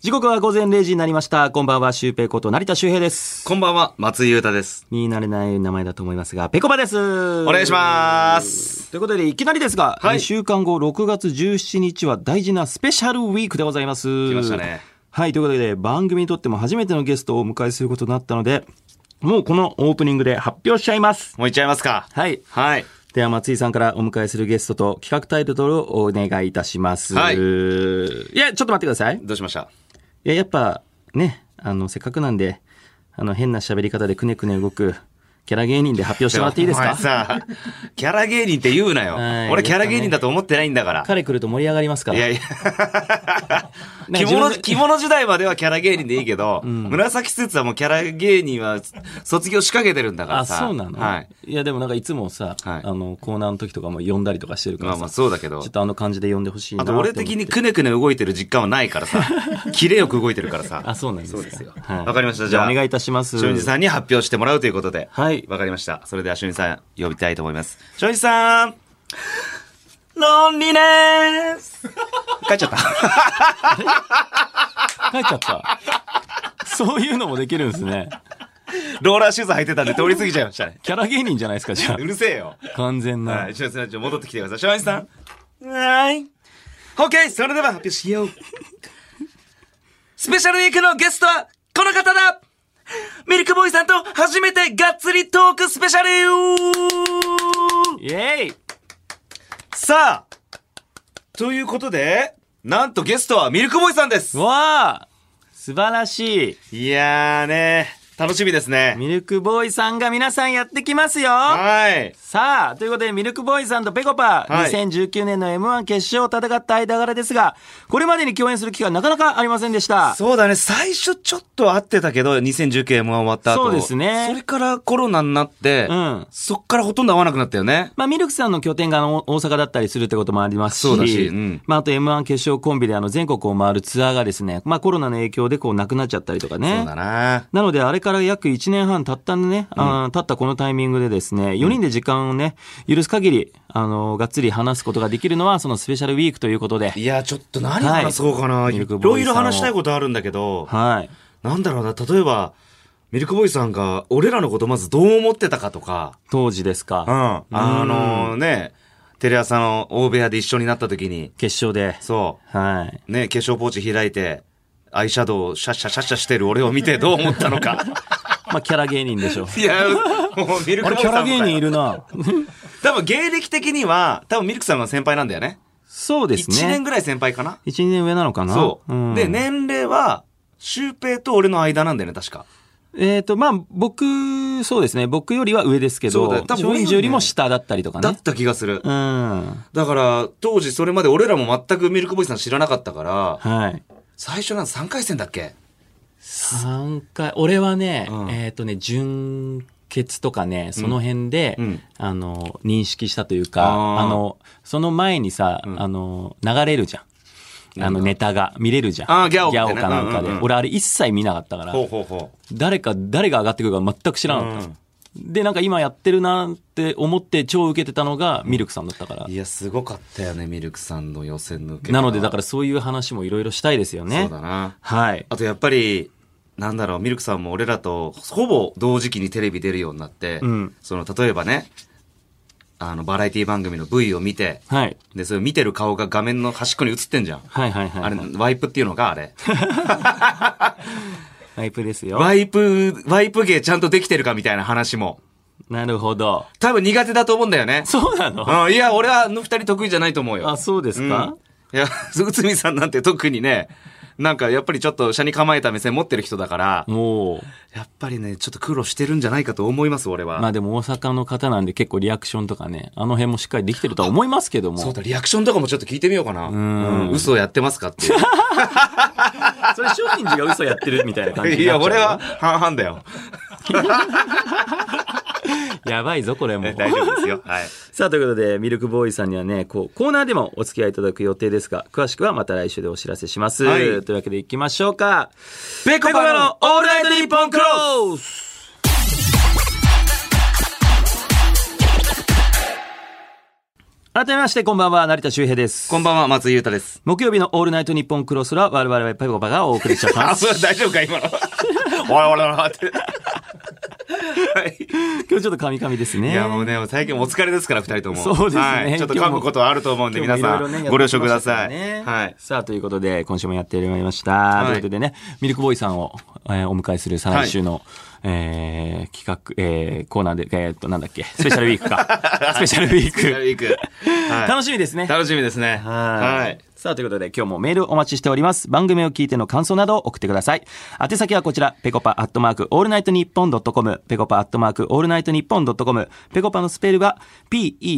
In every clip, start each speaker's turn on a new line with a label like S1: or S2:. S1: 時刻は午前0時になりました。こんばんは、シュウペイこと成田修平です。
S2: こんばんは、松井裕太です。
S1: 見慣れない名前だと思いますが、ペコバです。お
S2: お願いします。
S1: ということで、いきなりですが、
S2: はい
S1: 2週間後、6月17日は大事なスペシャルウィークでございます。
S2: 来ましたね。
S1: はい、ということで、番組にとっても初めてのゲストをお迎えすることになったので、もうこのオープニングで発表しちゃいます。
S2: もう行っちゃいますか。
S1: はい。
S2: はい。
S1: では、松井さんからお迎えするゲストと企画タイトルをお願いいたします。
S2: はい
S1: いや、ちょっと待ってください。
S2: どうしました
S1: いや、やっぱね、あの、せっかくなんで、あの、変な喋り方でくねくね動くキャラ芸人で発表してもらっていいです
S2: お
S1: か
S2: 前さ、キャラ芸人って言うなよ
S1: はい。
S2: 俺キャラ芸人だと思ってないんだから。
S1: 彼来ると盛り上がりますか
S2: い
S1: ら。
S2: やいや。
S1: なんか
S2: 着
S1: 自分
S2: 物、
S1: で
S2: 着物時代まではキャラ芸人でいいけど、紫スーツはもうキャラ芸人は卒業しかけてるんだから
S1: あ、
S2: さ。
S1: そうなの、
S2: はい。
S1: い、や、でもなんかいつもさ、
S2: は
S1: あ
S2: い
S1: の、コーナーの時とかも呼んだりとかしてるか
S2: ま
S1: ら
S2: あ
S1: さ、
S2: まあそうだけど
S1: ちょっ。とあの感じで呼んでほしいな
S2: あ
S1: って
S2: と
S1: 思って。
S2: 俺的にくねくね動いてる実感はない からさ。キレよく動いてるからさ。
S1: あ、そうなんですか。
S2: そうですよ
S1: はい
S2: わかりましたじゃあ
S1: お願いいたします。
S2: 松陰寺さんに発表してもらうということで。
S1: はい
S2: わかりました。それでは、俊二さん、呼びたいと思います。俊二さんロンリネス帰っちゃった。
S1: 書いちゃった。そういうのもできるんですね。
S2: ローラーシューズ履いてたんで通り過ぎちゃいましたね。
S1: キャラ芸人じゃないですか、じゃ
S2: うるせえよ。
S1: あ。完全な。
S2: はい、俊二さん、ちょっと戻ってきてください。俊二さんはーい。OK! それでは発表しよう。スペシャルウィークのゲストは、この方だミルクボーイさんと初めてがっつりトークスペシャル
S1: イエーイ
S2: さあということで、なんとゲストはミルクボーイさんです
S1: わあ素晴らしい
S2: いやーね、楽しみですね。
S1: ミルクボーイさんが皆さんやってきますよ
S2: はい。
S1: さあ、ということで、ミルクボーイさんとペコパ、
S2: はい
S1: 2019年の M1 決勝を戦った間柄ですが、これまでに共演する機会はなかなかありませんでした。
S2: そうだね、最初ちょっと会ってたけど、2019 M1 終わった後。
S1: そうですね
S2: それからコロナになって、
S1: うん
S2: そっからほとんど会わなくなったよね。
S1: まあ、ミルクさんの拠点があの大阪だったりするってこともありますし、
S2: そうだしうん
S1: まあ、あと M1 決勝コンビであの全国を回るツアーがですね、まあ、コロナの影響でこうなくなっちゃったりとかね。
S2: そうだな
S1: なので、あれから約1年半経ったんでね、あー経ったこのタイミングでですね、4人で時間をね、許す限り、あの、がっつり話すことができるのは、そのスペシャルウィークということで。
S2: いや、ちょっと何話そうかな。
S1: はい
S2: い、
S1: ミルクボ
S2: ろ
S1: ーイ
S2: い
S1: さんを
S2: ろ話したいことあるんだけど、
S1: はい。
S2: なんだろうな、例えば、ミルクボーイさんが俺らのことまずどう思ってたかとか、
S1: 当時です
S2: うん。
S1: か。
S2: あのね、テレ朝の大部屋で一緒になった時に、
S1: 決勝で。
S2: そ
S1: はい。
S2: う、ね、化粧ポーチ開いて、アイシャドウをシャッシャシャッシャしてる俺を見てどう思ったの か。
S1: まあ、キャラ芸人でし ょう。
S2: いや、もうミル
S1: あれ、
S2: クボーイ
S1: キャ
S2: さ
S1: ラ
S2: んみ
S1: 芸
S2: たいな
S1: 人いるな。
S2: 多分芸歴的には、多分ミルクさんが先輩なんだよね。
S1: そうです
S2: 1年
S1: ね。
S2: ぐらい先輩かな。
S1: 1、2年上なのかな
S2: そう。
S1: ん
S2: で、年齢は、シュウペイと俺の間なんだよね、確か。
S1: えっと、まあ、僕、そうですね。僕よりは上ですけ
S2: そう
S1: ど、
S2: だよ多分
S1: 松陰寺よりも下だったりとか
S2: だ
S1: ね
S2: っ。た気がする
S1: う。ん。
S2: だから、当時それまで俺らも全くミルクボーイさん知らなかったから、
S1: はい。
S2: 最初なん3回戦だっけ
S1: 三回俺はね、
S2: うん
S1: えっ、とね純血とかねその辺で、
S2: うんうん
S1: あの認識したというか
S2: あ
S1: あ
S2: ー
S1: のその前にさ、あの流れるじゃんあのネタが見れるじゃん
S2: あーギャオってね
S1: かなんかで、
S2: うんうんうん
S1: 俺あれ一切見なかったから
S2: ほうほうほう。
S1: 誰か誰が上がってくるか全く知らなかったの、でなんか今やってるなって思って超受けてたのがミルクさんだったから、
S2: いや、すごかったよね、ミルクさんの予選の結果。
S1: なのでだ
S2: か
S1: からそういう話もいろいろしたいですよね
S2: そうだな。
S1: はい
S2: あとやっぱり、なんだろう、ミルクさんも俺らとほぼ同時期にテレビ出るようになって、
S1: うん
S2: その、例えばね、あの、バラエティ番組の V を見て、
S1: はい
S2: で、それ見てる顔が画面の端っこに映ってんじゃん。
S1: はいはいはい
S2: あれ、
S1: はい
S2: ワイプっていうのか、あれ。
S1: ワイプですよ
S2: ワイプ、ワイプ芸ちゃんとできてるかみたいな話も。
S1: なるほど
S2: 多分苦手だと思うんだよね。
S1: そうなの
S2: うん、いや、俺はあの二人得意じゃないと思うよ。
S1: あ、そうですか、
S2: うんいや、 内海さんなんて特にね、なんかやっぱりちょっと車に構えた目線持ってる人だから、
S1: もう、
S2: やっぱりね、ちょっと苦労してるんじゃないかと思います、俺は。
S1: まあでも大阪の方なんで結構リアクションとかね、あの辺もしっかりできてるとは思いますけども。
S2: そうだ、リアクションとかもちょっと聞いてみようかな。うん。嘘をやってますかって いう。
S1: それ、商品寺が嘘やってるみたいな感じ
S2: い
S1: にな
S2: や、
S1: っちゃう
S2: 俺は。半々だよ。
S1: やばいぞ、これも
S2: え。大丈夫ですよ。はい。
S1: さあ、ということで、ミルクボーイさんにはね、こう、コーナーでもお付き合いいただく予定ですが、詳しくはまた来週でお知らせします。
S2: はい
S1: というわけで行きましょうか。
S2: ペコパの
S1: オールナイトニッポンクロス改めまして、こんばんは、成田修平です。
S2: こんばんは、松井裕太です。
S1: 木曜日のオールナイトニッポンクロスラ、我々はパイパパがお送りしちゃ いま
S2: あ、
S1: す
S2: そ。う大丈夫か、今の。 おらおらおらって。はい。
S1: 今日ちょっと神々ですね。
S2: いやもうね、最近お疲れですから、二人とも。
S1: そうですね
S2: はいちょっと噛むことはあると思うんで、
S1: 今
S2: 皆
S1: 日も
S2: さ
S1: いろいろね
S2: ん、ご了承くださ
S1: やって
S2: い。
S1: きましたから
S2: は
S1: ね
S2: い。
S1: さあ、ということで、今週もやってまいりました。
S2: い
S1: ということでね、ミルクボーイさんを、えーお迎えする最終の、えー企画、えーコーナーで、えーっと、なんだっけ、スペシャルウィーク か。スペシャルウィー
S2: ウィ
S1: ク。
S2: ーク。はい
S1: 楽しみですね。
S2: 楽しみですね。
S1: は
S2: はいい。。
S1: さあ、ということで今日もメールお待ちしております。番組を聞いての感想などを送ってください。宛先はこちら、ペコパアットマークオールナイトニッポンドットコム、ペコパアットマークオールナイトニッポンドットコム、ペコパのスペルが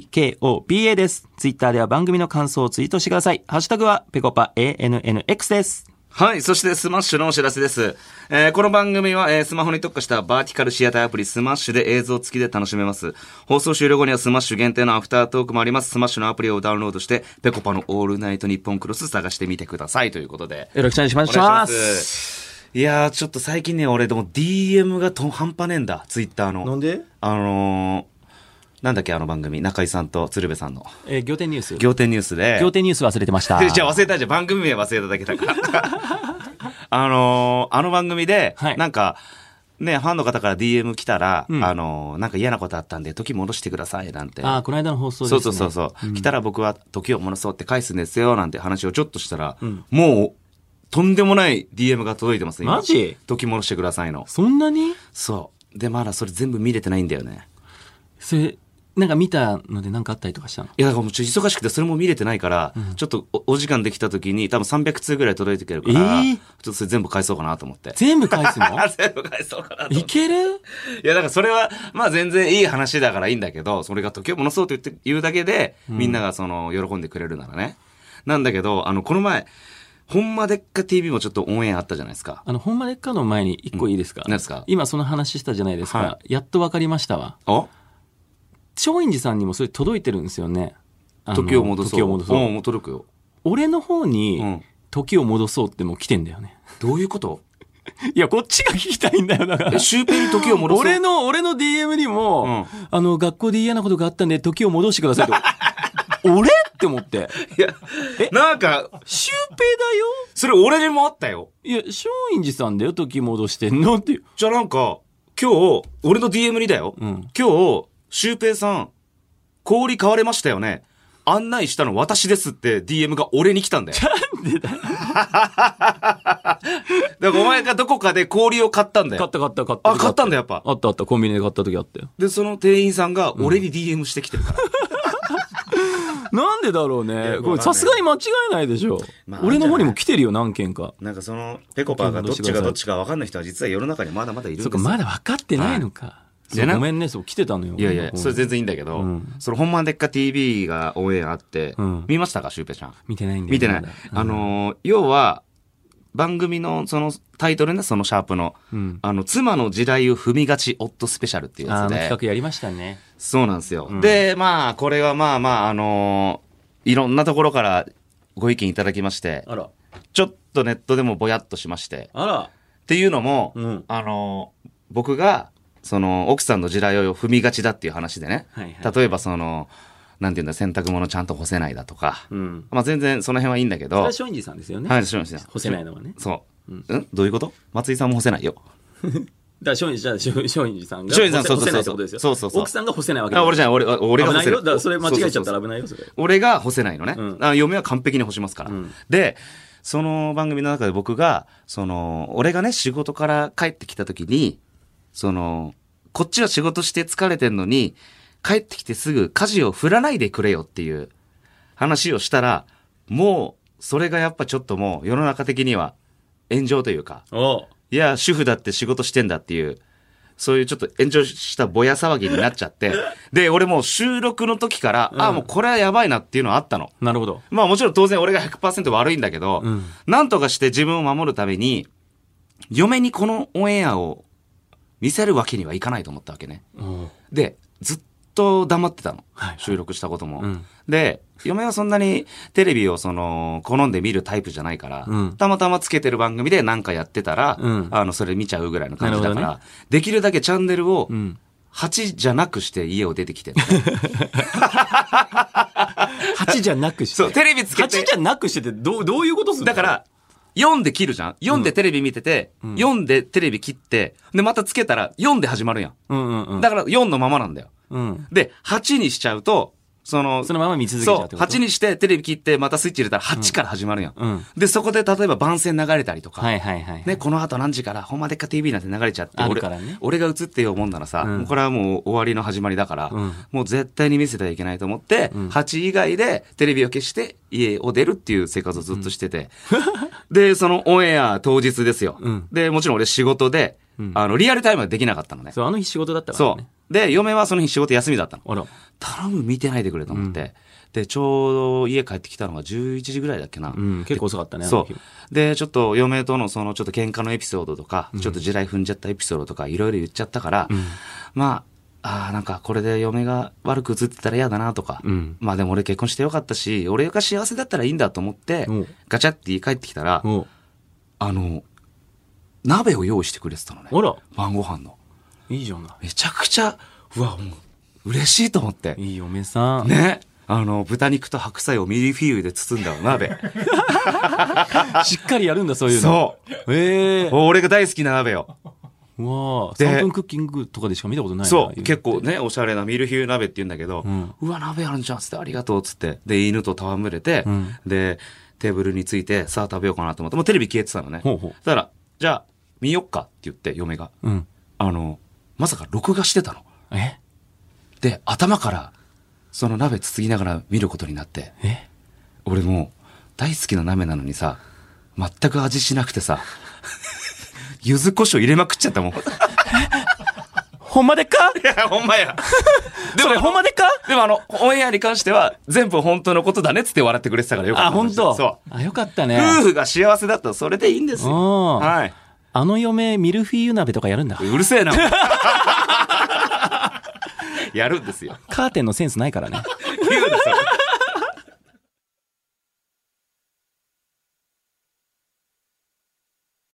S1: P-E-K-O-P-A です。ツイッターでは番組の感想をツイートしてください。ハッシュタグは、ペコパ ANNX です。
S2: はい。そして、スマッシュのお知らせです。えーこの番組は、えースマホに特化したバーティカルシアターアプリスマッシュで映像付きで楽しめます。放送終了後にはスマッシュ限定のアフタートークもあります。スマッシュのアプリをダウンロードして、ペコパのオールナイトニッポンクロス探してみてください。ということで。
S1: よろしくお願いしま
S2: お
S1: す。
S2: 願いします。いやー、ちょっと最近ね、俺、でも DM がと半端ねえんだ。ツイッターの。
S1: で
S2: あのー、なんだっけ、あの番組。中井さんと鶴瓶さんの。
S1: えー、仰天ニュース。
S2: 仰天ニュースで。
S1: 仰天ニュース忘れてました。
S2: でじゃあ忘れたじゃん。番組名忘れただけだから。 あのーあの番組で、
S1: はい
S2: なんか、ね、ファンの方から DM 来たら、
S1: うん
S2: あのーなんか嫌なことあったんで、時戻してください、なんて。
S1: あーこの間の放送です
S2: そ
S1: ね。
S2: うそうそうそう、来たら僕は時を戻そうって返すんですよ、なんて話をちょっとしたら、
S1: ん
S2: もう、とんでもない DM が届いてますね。今
S1: マジ
S2: 時戻してくださいの。
S1: そんなに
S2: そう。で、まだそれ全部見れてないんだよね。
S1: それ、なんか見たのでなんかあったりとかしたの
S2: いや、だからもうちょっと忙しくて、それも見れてないから、ちょっとおお時間できた時に、多分300通ぐらい届いてくるから、
S1: えー
S2: ちょっとそれ全部返そうかなと思って。
S1: 全部返すの
S2: 全部返そうかなと思
S1: い
S2: って。
S1: ける
S2: いや、だからそれは、まあ全然いい話だからいいんだけど、それが時を戻そうと言って、言うだけで、みんながその、喜んでくれるならね。なんだけど、あの、この前、ほんまでっか TV もちょっとオンエアあったじゃないですか。
S1: あの、ほんまでっかの前に一個いいですか、
S2: うん何ですか
S1: 今その話したじゃないですか。
S2: は
S1: やっとわかりましたわ。
S2: お
S1: 松陰寺さんにもそれ届いてるんですよね。あの
S2: 時を戻そう。
S1: 時を戻そう。
S2: んもう届くよ。
S1: 俺の方
S2: う
S1: に
S2: ん、
S1: 時を戻そうってもう来てんだよね。
S2: どう いうこと
S1: いや、こっちが聞きたいんだよ、だから
S2: え、。シュウペイに時を戻 そう。
S1: 俺の、俺の DM にも、あの、学校で嫌なことがあったんで、時を戻してくださいと。 俺って思って。
S2: いや、なんか、
S1: シュウペイ
S2: それ俺にもあったよ。
S1: だよいや、松陰寺さんだよ、時戻してんのっていう。
S2: じゃあなんか、今日、俺の DM にだよ。
S1: うん
S2: 今日、シュウペイさん、氷買われましたよね。案内したの私ですって DM が俺に来たんだよ。なんでだよ。だからお前がどこかで氷を買ったんだ
S1: 買っ
S2: よ。
S1: た買った買った。
S2: あ、買ったんだよやっぱ。
S1: あったあった、コンビニで買った時あったよ。
S2: で、その店員さんが俺に DM してきてるから。
S1: なんでだろうね。これさすがに間違いないでしょ。
S2: まあ
S1: 俺の方にも来てるよ、何件か。
S2: なんかその、ペコ
S1: パーがどっちがどっち
S2: か分かんない人は実は世の中にまだまだいる
S1: そっか、まだ分かってないのか。
S2: い
S1: そう
S2: でな
S1: ごめんね、そう、来てたのよ。
S2: いやいや、そ
S1: 全
S2: れ全然いいんだけど、
S1: うん
S2: その、ほんまでっか TV がオンエアあって、
S1: うん
S2: 見ましたか、シュウペイちゃん。
S1: 見てないんだよ
S2: 見てない
S1: まだ。
S2: あのー要は、番組のそのタイトルね、そのシャープの。
S1: うん。
S2: あの、妻の地雷を踏みがち夫スペシャルっていう
S1: あ
S2: や
S1: の
S2: つ
S1: 企
S2: で。
S1: 画やりましたね。
S2: そうなんですよ。
S1: うん
S2: で、まあ、これはまあまあ、あのーいろんなところからご意見いただきまして、
S1: あら。
S2: ちょっとネットでもぼやっとしまして。
S1: あら。
S2: っていうのも、
S1: うん
S2: あのー僕が、その、奥さんの地雷を踏みがちだっていう話でね。
S1: はいはい。
S2: 例えばその、なんていうんだ、洗濯物ちゃんと干せないだとか。
S1: うん。
S2: まあ全然その辺はいいんだけど。
S1: それは
S2: はい、
S1: 松陰寺さんですよね。
S2: そうですね。
S1: 干せないのはね。
S2: そう。うんどういうこと松井さんも干せないよ。
S1: だから松陰寺じゃあ松松陰寺さんが。
S2: 松陰寺さ
S1: 干
S2: ん
S1: せ干せないっ
S2: そ
S1: て
S2: うそうそ
S1: ことですよ。
S2: うそうそうそう
S1: 奥さんが干せないわけ
S2: あ、俺じ
S1: ゃ
S2: ゃない、俺、俺が
S1: 危ない
S2: 干せ
S1: よ。
S2: る。
S1: だからそれ間違えちゃ
S2: そう
S1: った
S2: そうそう
S1: ら危ないよ、それ。
S2: 俺が干せないのね。
S1: うん
S2: あ嫁は完璧に干しますから、
S1: うん
S2: で、その番組の中で僕が、その、俺がね、仕事から帰ってきた時に、その、こっちは仕事して疲れてんのに、帰ってきてすぐ家事を振らないでくれよっていう話をしたら、もう、それがやっぱちょっともう世の中的には炎上というか、
S1: おう
S2: いや、主婦だって仕事してんだっていう、そういうちょっと炎上したぼや騒ぎになっち ゃって、で、俺もう収録の時から、あもうこれはやばいなっていうのはあったの。
S1: なるほど。
S2: まあもちろん当然俺が100%悪いんだけど、
S1: うん
S2: なんとかして自分を守るために、嫁にこのオンエアを見せるわけにはいかないと思ったわけね。
S1: おう
S2: で、ずっと黙ってたの。
S1: はい
S2: 収録したことも。
S1: うん
S2: で、嫁はそんなにテレビをその、好んで見るタイプじゃないから、
S1: うん
S2: たまたまつけてる番組で何かやってたら、
S1: うん
S2: あの、それ見ちゃうぐらいの感じだか
S1: なるほ
S2: ら、できるだけチャンネルを
S1: うん。
S2: 8じゃなくして家を出てきてる。
S1: 8じゃなくして。
S2: そうテレビつけて
S1: 8じゃなくしてって、どう、どういうことするの
S2: だから、、読んで切るじゃん読んでテレビ見てて、読んでテレビ切って、で、またつけたら、読んで始まるやん。
S1: うんうんうん。
S2: だから、4のままなんだよ。
S1: うん。
S2: で、8にしちゃうと、その、
S1: そのまま見続けちゃう
S2: そ
S1: っ
S2: う、
S1: てこと
S2: 8にしてテレビ切って、またスイッチ入れたら8から始まるやん。
S1: うん
S2: で、そこで例えば番宣流れたりとか、
S1: はいはいはい。
S2: ね、この後何時から、ほんまでっか TV なんて流れちゃって、
S1: ある
S2: 俺
S1: からね
S2: 俺が映ってようもんならさ、
S1: うん
S2: もうこれはもう終わりの始まりだから、
S1: うん
S2: もう絶対に見せてはいけないと思って、8以外でテレビを消して家を出るっていう生活をずっとしてて。 で、そのオンエア当日ですよ。
S1: うん
S2: で、もちろん俺仕事で、あの、リアルタイムはできなかったのね。
S1: そう、あの日仕事だったから
S2: そ
S1: ね。
S2: う。で、嫁はその日仕事休みだったの。
S1: あら。
S2: 頼む見てないでくれと思って。で、ちょうど家帰ってきたのが11時ぐらいだっけな。
S1: うん、結構遅かったね。あ
S2: そ
S1: の日
S2: う。で、ちょっと嫁とのそのちょっと喧嘩のエピソードとか、ちょっと地雷踏んじゃったエピソードとかいろいろ言っちゃったから、まあ、あーなんかこれで嫁が悪く映ってたら嫌だなとか、
S1: うん
S2: まあでも俺結婚してよかったし、俺が幸せだったらいいんだと思って
S1: おう、
S2: ガチャって帰ってきたら、
S1: おう
S2: あの、鍋を用意してくれてたのね。
S1: あら、
S2: 晩ご飯の。
S1: いいじゃない。
S2: めちゃくちゃ、うわ、もう、嬉しいと思って。
S1: いい嫁さん。
S2: ね。あの、豚肉と白菜をミリフィーユで包んだお鍋。
S1: しっかりやるんだ、 そういうの。。
S2: そう
S1: ええー。
S2: 俺が大好きな鍋を。
S1: うわあ、
S2: で
S1: 3分クッキングとかでしか見たことないな
S2: そう、結構ね、おしゃれなミルフィーユ鍋って言うんだけど、うんわ、鍋あるんじゃんっつって、ありがとうっつって。で、犬と戯れて、
S1: うん
S2: で、テーブルについて、さあ食べようかなと思って、もうテレビ消えてたのね。
S1: ほうほう
S2: そしたら、じゃあ、見よっかって言って、嫁が。
S1: うん。
S2: あの、まさか録画してたの。
S1: え
S2: で、頭から、その鍋つつぎながら見ることになって、
S1: え
S2: 俺もう、大好きな鍋なのにさ、全く味しなくてさ、 柚子胡椒入れまくっちゃったもん。い
S1: ほんまでっか
S2: や、ほんま や。
S1: それほんまでっか
S2: でもあの、オンエアに関しては、全部本当のことだねっつって笑ってくれてたからよかった。
S1: あ、本当。
S2: そう。
S1: あ、よかったね。
S2: 夫婦が幸せだったらそれでいいんです
S1: うん
S2: よ。はい。
S1: あの嫁、ミルフィーユ鍋とかやるんだ。
S2: うるせ えな。やるんですよ。
S1: カーテンのセンスないからね。
S2: 言うな、それ。